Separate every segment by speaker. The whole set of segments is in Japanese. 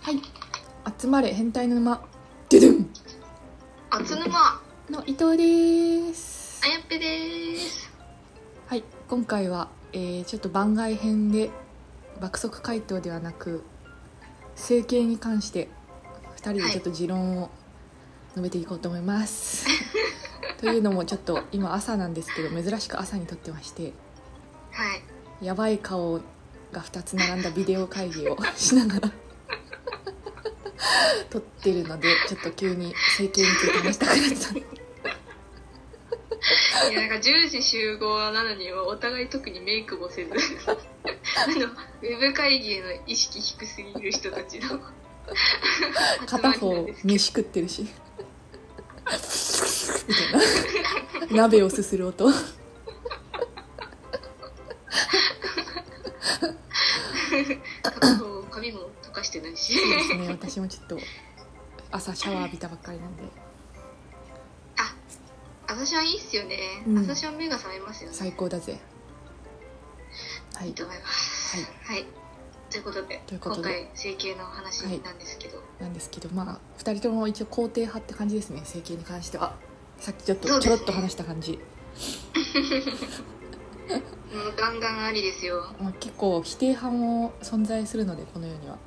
Speaker 1: はい集まれ変態の沼ドゥドゥン
Speaker 2: あつぬま
Speaker 1: の伊藤です
Speaker 2: あやっぺです
Speaker 1: はい今回は、えーちょっと番外編で爆速回答ではなく整形に関して2人でちょっと持論を述べていこうと思います、というのもちょっと今朝なんですけど珍しく朝に撮ってまして
Speaker 2: はい
Speaker 1: やばい顔が2つ並んだビデオ会議をしながら撮ってるのでちょっと急に整形について話したくなった
Speaker 2: いやなんか10時集合なのにお互い特にメイクも せずあのウェブ会議への意識低すぎる人たちの
Speaker 1: 片
Speaker 2: 集まりな
Speaker 1: 方
Speaker 2: んです
Speaker 1: 飯食ってるしみたいな鍋をすする音
Speaker 2: 片方髪も溶かしてないし
Speaker 1: そうです ね私もちょっと朝シャワー浴びたばっかりなんで
Speaker 2: 私はいいっすよね、
Speaker 1: うん
Speaker 2: 私は目が覚めますよね
Speaker 1: 最高だぜはい
Speaker 2: い
Speaker 1: い
Speaker 2: と思います、
Speaker 1: はい
Speaker 2: ということで
Speaker 1: ということで
Speaker 2: 今回整形の話なんですけど、
Speaker 1: なんですけどまあ2人とも一応肯定派って感じですね整形に関してはさっきちょっ
Speaker 2: そ
Speaker 1: と
Speaker 2: う
Speaker 1: ち
Speaker 2: です
Speaker 1: ょろ
Speaker 2: ね
Speaker 1: っと話した感じ、
Speaker 2: もうガンガンありですよ
Speaker 1: まあ、結構否定派も存在するのでこの世には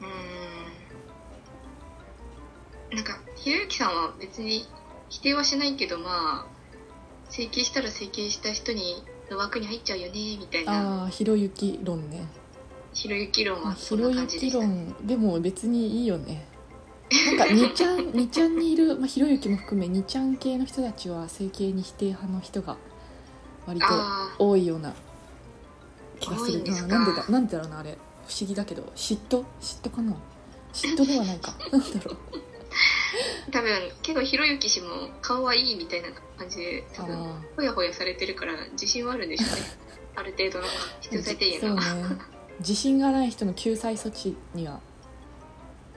Speaker 2: うーんなんかひろゆきさんは別に否定はしないけどまあ整形したら整形した人にの枠に入っちゃうよねみたい
Speaker 1: あ
Speaker 2: な
Speaker 1: あひろゆき論ね
Speaker 2: ひろゆき論
Speaker 1: まあ
Speaker 2: は
Speaker 1: ひ
Speaker 2: そ
Speaker 1: ろ
Speaker 2: んな
Speaker 1: ゆ
Speaker 2: 感じで
Speaker 1: き
Speaker 2: した、ね、
Speaker 1: 論でも別にいいよねなんか2ちゃ ん二ちゃんにいる、まあ、ひろゆきも含め2ちゃん系の人たちは整形に否定派の人が割と
Speaker 2: あ
Speaker 1: 多いような気がす
Speaker 2: 多い
Speaker 1: る
Speaker 2: んです
Speaker 1: な
Speaker 2: か
Speaker 1: なんでだなんでだろうなあれ不思議だけど嫉妬嫉妬かな嫉妬ではないか なんだろう
Speaker 2: あ多分結構ひろゆき氏も顔はいいみたいな感じで多分
Speaker 1: あ
Speaker 2: ほやほやされてるから自信はあるんでしょ うねある程度の必要最低
Speaker 1: ー
Speaker 2: 限
Speaker 1: そう
Speaker 2: の
Speaker 1: ね自信がない人の救済措置には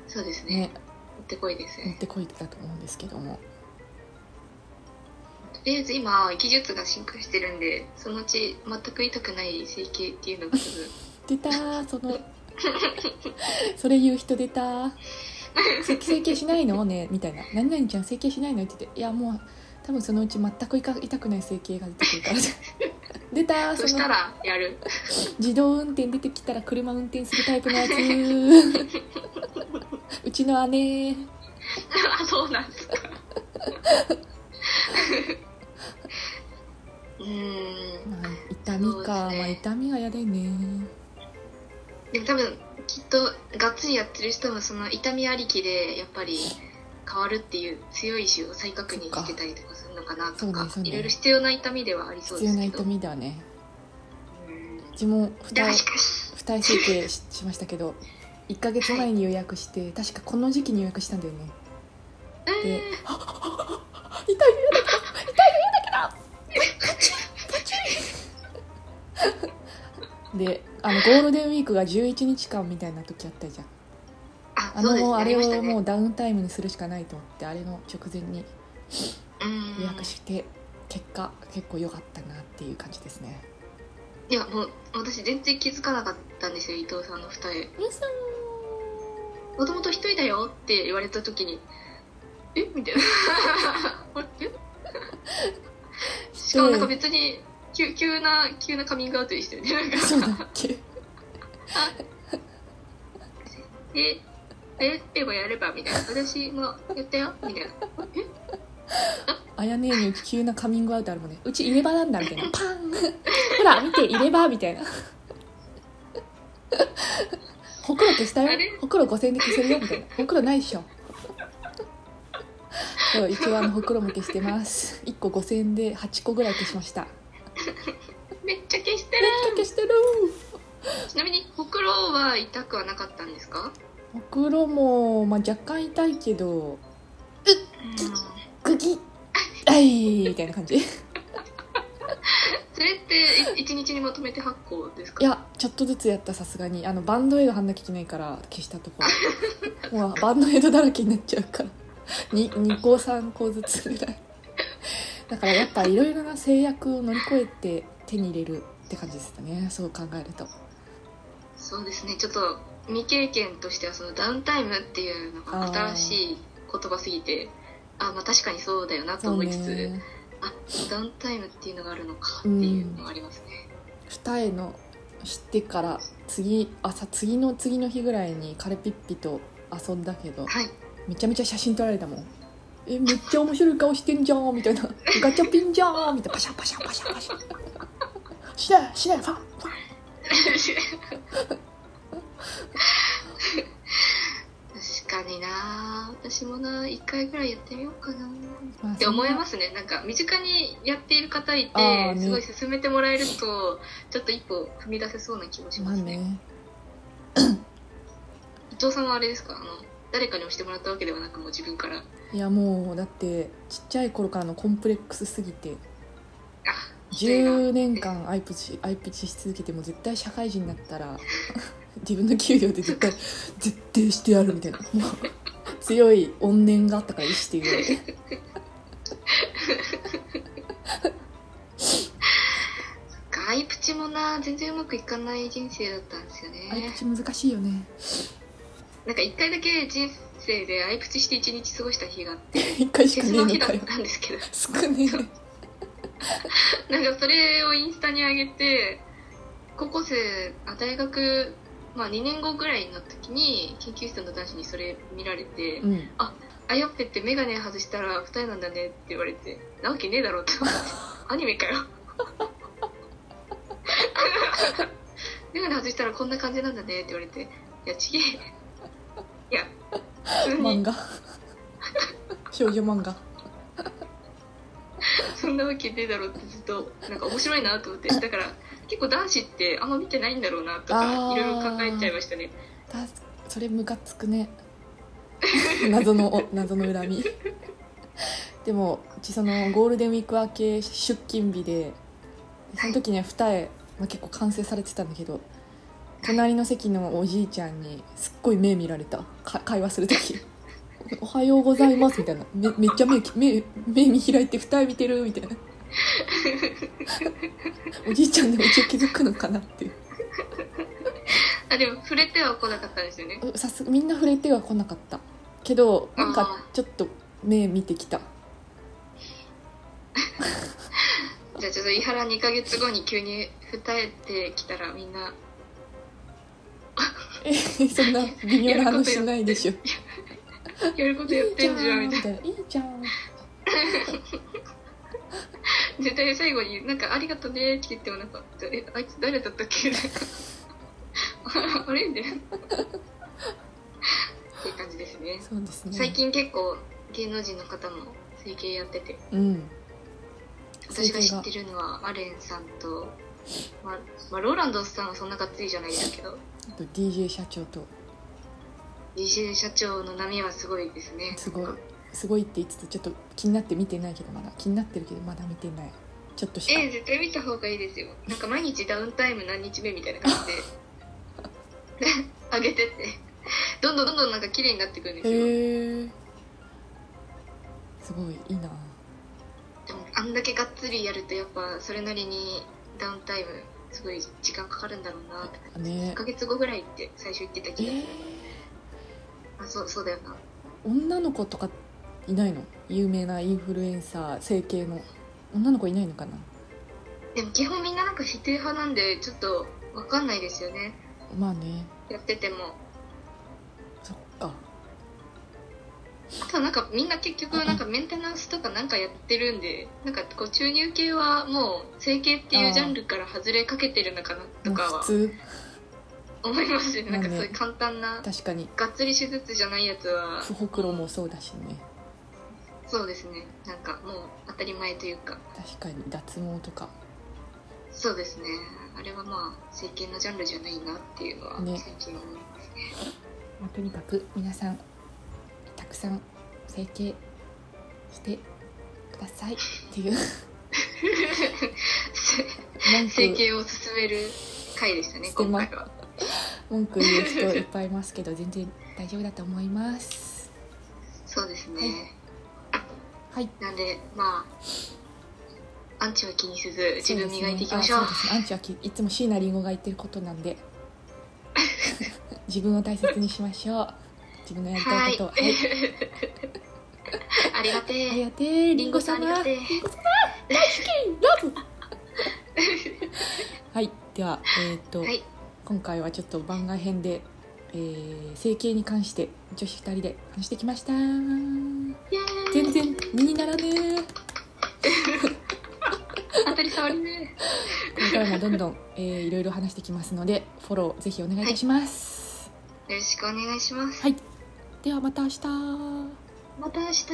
Speaker 2: そうですね
Speaker 1: ね
Speaker 2: 持ってこいです
Speaker 1: 持っ
Speaker 2: ね
Speaker 1: てこいだと思うんですけども
Speaker 2: とりあえず今技術が進化してるんでそのうち全く痛くない整形っていうのが多分
Speaker 1: 出たーそ のそれ言う人出たー 整整形しないのねみたいな「何々ちゃん整形しないの?」って言って「いやもう多分そのうち全くいか痛くない整形が出てくるから」 出たー
Speaker 2: そ
Speaker 1: そ
Speaker 2: し
Speaker 1: の
Speaker 2: たら やる
Speaker 1: 自動運転出てきたら車運転するタイプのや つうちの姉
Speaker 2: あそうなんですか うーん
Speaker 1: まあ痛みか、
Speaker 2: そうですね
Speaker 1: まあ痛みが嫌だよね
Speaker 2: でも多分きっとがっつりやってる人もその痛みありきでやっぱり変わるっていう強い意志を再確認してたりとかするのかな
Speaker 1: そ
Speaker 2: と
Speaker 1: うか
Speaker 2: か
Speaker 1: そうねそうね
Speaker 2: いろいろ必要な痛みではありそう
Speaker 1: 必要
Speaker 2: です
Speaker 1: な
Speaker 2: けど
Speaker 1: 痛みだね
Speaker 2: うん
Speaker 1: うちも二
Speaker 2: でも
Speaker 1: 重
Speaker 2: しかし
Speaker 1: 二重整形ししましたけど1ヶ月前に予約して確かこの時期に予約したんだよね
Speaker 2: う
Speaker 1: で痛
Speaker 2: ん
Speaker 1: いよ嫌だけど痛いよ嫌だけどパチッパチッであのゴールデンウィークが11日間みたいな時あったじゃん
Speaker 2: あ
Speaker 1: あ
Speaker 2: そう
Speaker 1: の
Speaker 2: ですね
Speaker 1: あ
Speaker 2: あり
Speaker 1: れ
Speaker 2: ました
Speaker 1: をも
Speaker 2: ね
Speaker 1: うダウンタイムにするしかないと思ってあれの直前に
Speaker 2: うん
Speaker 1: 予約して結果結構良かったなっていう感じですね
Speaker 2: いやもう私全然気づかなかったんですよ伊藤さんの二重もともと一人だよって言われた時にえみたいな えしかもなんか別に急急な急なカミングアウトでしたよねなんか
Speaker 1: そうだっけ
Speaker 2: えええばやればみたいな私もやったよみたいな
Speaker 1: あやねえにうち急なカミングアウトあるもんねうち入れ歯なんだみたいなパンほら見て入れ歯みたいなほくろ消したよ
Speaker 2: あれ
Speaker 1: ほくろ5000円で消せるよみたいなほくろないっしょそう一応あのほくろも消してます1個5000円で8個ぐらい消しましためっ
Speaker 2: めっちゃ消してる
Speaker 1: ちゃ消してる
Speaker 2: ちなみにほくろは痛くはなかったんですか
Speaker 1: ほくろも、まあ、若干痛いけど
Speaker 2: うん
Speaker 1: グギッはいみたいな感じい
Speaker 2: それってい一日にまとめて発行ですか
Speaker 1: やちょっとずつやったさすがにあのバンドエイド貼んなきゃいけないから消した ところもうバンドエイドだらけになっちゃうから 2, 2個3個ずつぐらいだからやっぱいろいろな制約を乗り越えて手に入れるって感じですねそう考えると
Speaker 2: そうですねちょっと未経験としてはそのダウンタイムっていうのが新しい言葉すぎてあまあ確かにそうだよなと
Speaker 1: そう
Speaker 2: 思いつつ、
Speaker 1: ね
Speaker 2: あダウンタイムっていうのがあるのかっていうのがありますね、
Speaker 1: 二重の知ってから次朝次の次の日ぐらいにカレピッピと遊んだけど
Speaker 2: はい
Speaker 1: めちゃめちゃ写真撮られたもんえめっちゃ面白い顔してんじゃんみたいなガチャピンじゃんみたいなパシャパシャパシャパシャしないしないファンファン
Speaker 2: 確かにな私もな1回ぐらいやってみようかな
Speaker 1: まあ
Speaker 2: って思いますすねなんか身近にやっている方い
Speaker 1: あー
Speaker 2: て、
Speaker 1: ね
Speaker 2: すごい勧めてもらえるとちょっと一歩踏み出せそうな気もし
Speaker 1: ま
Speaker 2: ま
Speaker 1: あ
Speaker 2: すね,、
Speaker 1: ね
Speaker 2: 伊藤さんはあれですかあの誰かに押してもらったわけではなくもう自分からあ
Speaker 1: いやもうだってちっちゃい頃からのコンプレックスすぎて
Speaker 2: 失礼な
Speaker 1: 10年間アイプチアイプチし続けても絶対社会人になったら 自分の給料で絶対絶対してやるみたいなもう強い怨念があったから意志というより
Speaker 2: ガイプチもな全然うまくいかない人生だったんですよ
Speaker 1: アイ
Speaker 2: ね
Speaker 1: プチ難しいよね
Speaker 2: なんか一回だけ人生でアイプチして一日過ごした日があって
Speaker 1: 一回しか
Speaker 2: 鉄
Speaker 1: ねえ
Speaker 2: の
Speaker 1: の
Speaker 2: 日だ
Speaker 1: か
Speaker 2: っ
Speaker 1: よ
Speaker 2: たんですけど
Speaker 1: 少ね
Speaker 2: なんかそれをインスタに上げて高校生あ大学、まあ、2年後ぐらいの時に研究室の男子にそれ見られて「
Speaker 1: えうん
Speaker 2: あやっぺって眼鏡外したら二重なんだね」って言われて「なわけねえだろ」って 思ってアニメかよ 眼鏡外したらこんな感じなんだねって言われて「いやちげえ」いや普通
Speaker 1: 漫
Speaker 2: に
Speaker 1: 画少女漫画
Speaker 2: そんなわけねえだろってずっとなんか面白いなと思ってだから結構男子ってあんま見てないんだろうなと
Speaker 1: あ
Speaker 2: か
Speaker 1: ー
Speaker 2: いろいろ考えちゃいましたね
Speaker 1: たそれムカつくね謎のお謎の恨みでもうちそのゴールデンウィーク明け出勤日でその時ね二重、まあ、結構完成されてたんだけど隣の席のおじいちゃんにすっごい目見られたか会話する時 「おはようございます」みたいなめめっちゃ目き目目見開いて二重見てるみたいなおじいちゃんでも一応気づくのかなっていう
Speaker 2: あでも触れては来なかったんですよね
Speaker 1: うさすみんな触れては来なかったけどなん
Speaker 2: あ
Speaker 1: かちょっと目見てきた
Speaker 2: じゃあちょっと伊原2ヶ月後に急に二重ってきたらみんな
Speaker 1: えそんな微妙な話しないでしょ
Speaker 2: やることやってんじゃんみたいな
Speaker 1: な「いいじゃん」
Speaker 2: 絶対最後になんかありがとねって言ってもなんかえあいつ誰だったっけなん かあれみたいなっていう感じですね
Speaker 1: そうですね
Speaker 2: 最近結構芸能人の方も整形やってて
Speaker 1: うん
Speaker 2: 私が知ってるのはアレンさんと、まあまあ、ローランドさんはそんながっつりじゃないですけど
Speaker 1: あと DJ 社長と
Speaker 2: DJ 社長の波はすごいですね
Speaker 1: すごいすごいって言いつつちょっと気になって見てないけどまだ気になってるけどまだ見てないちょっとしか
Speaker 2: ええ絶対見た方がいいですよなんか毎日ダウンタイム何日目みたいな感じで 上げてってどんどんどんどんなんか綺麗になってくるんですよ、
Speaker 1: へえすごいいいな
Speaker 2: でもあんだけがっつりやるとやっぱそれなりにダウンタイムすごい時間かかるんだろうなって1
Speaker 1: ね
Speaker 2: ヶ月後ぐらいって最初言ってた
Speaker 1: え
Speaker 2: 気がする、あそうそうだよな
Speaker 1: 女の子とかいないの有名なインフルエンサー整形の女の子いないのかな
Speaker 2: でも基本みんななんか否定派なんでちょっとわかんないですよね
Speaker 1: まあね
Speaker 2: やってても
Speaker 1: そっか
Speaker 2: あとはなんかみんな結局なんかメンテナンスとかなんかやってるんでなんかこう注入系はもう整形っていうジャンルから外れかけてるのかなと
Speaker 1: もう
Speaker 2: か
Speaker 1: 普
Speaker 2: は
Speaker 1: 通
Speaker 2: 思いますね
Speaker 1: ま
Speaker 2: な
Speaker 1: あ
Speaker 2: ん
Speaker 1: ね
Speaker 2: かそういう簡単な
Speaker 1: 確かに
Speaker 2: がっつり手術じゃないやつは
Speaker 1: 不ほくろもそうだしね
Speaker 2: そうですねなんかもう当たり前というか
Speaker 1: 確かに脱毛とか
Speaker 2: そうですねあれはまあ整形のジャンルじゃないなっていうのは
Speaker 1: ね
Speaker 2: 最近思いますね
Speaker 1: まあとにかく皆さんたくさん整形してくださいっていう 文
Speaker 2: 整
Speaker 1: 句
Speaker 2: 形を進める回でしたね
Speaker 1: して
Speaker 2: 今
Speaker 1: ま
Speaker 2: 回は
Speaker 1: 文句言う人いっぱいいますけど全然大丈夫だと思います
Speaker 2: そうですね、
Speaker 1: はいはい
Speaker 2: なんでまあアンチは気にせず自分磨いていきましょう
Speaker 1: そうですねあそうですねアンチはきいつも椎名林檎が言ってることなんで自分を大切にしましょう自分のやりたいことをはい、
Speaker 2: ありがて
Speaker 1: あり
Speaker 2: え
Speaker 1: がてーりんご
Speaker 2: さんあり
Speaker 1: 様
Speaker 2: がてえ
Speaker 1: ラブはいではえーっと、
Speaker 2: はい
Speaker 1: 今回はちょっと番外編で、えー、整形に関して女子2人で話してきました全
Speaker 2: イエーイ
Speaker 1: 然身にならねー
Speaker 2: 当たり障りね
Speaker 1: 今回もどんどん、えー、いろいろ話してきますのでフォローぜひお願いいたします、
Speaker 2: よろしくお願いします
Speaker 1: はい、ではまた明日
Speaker 2: また明日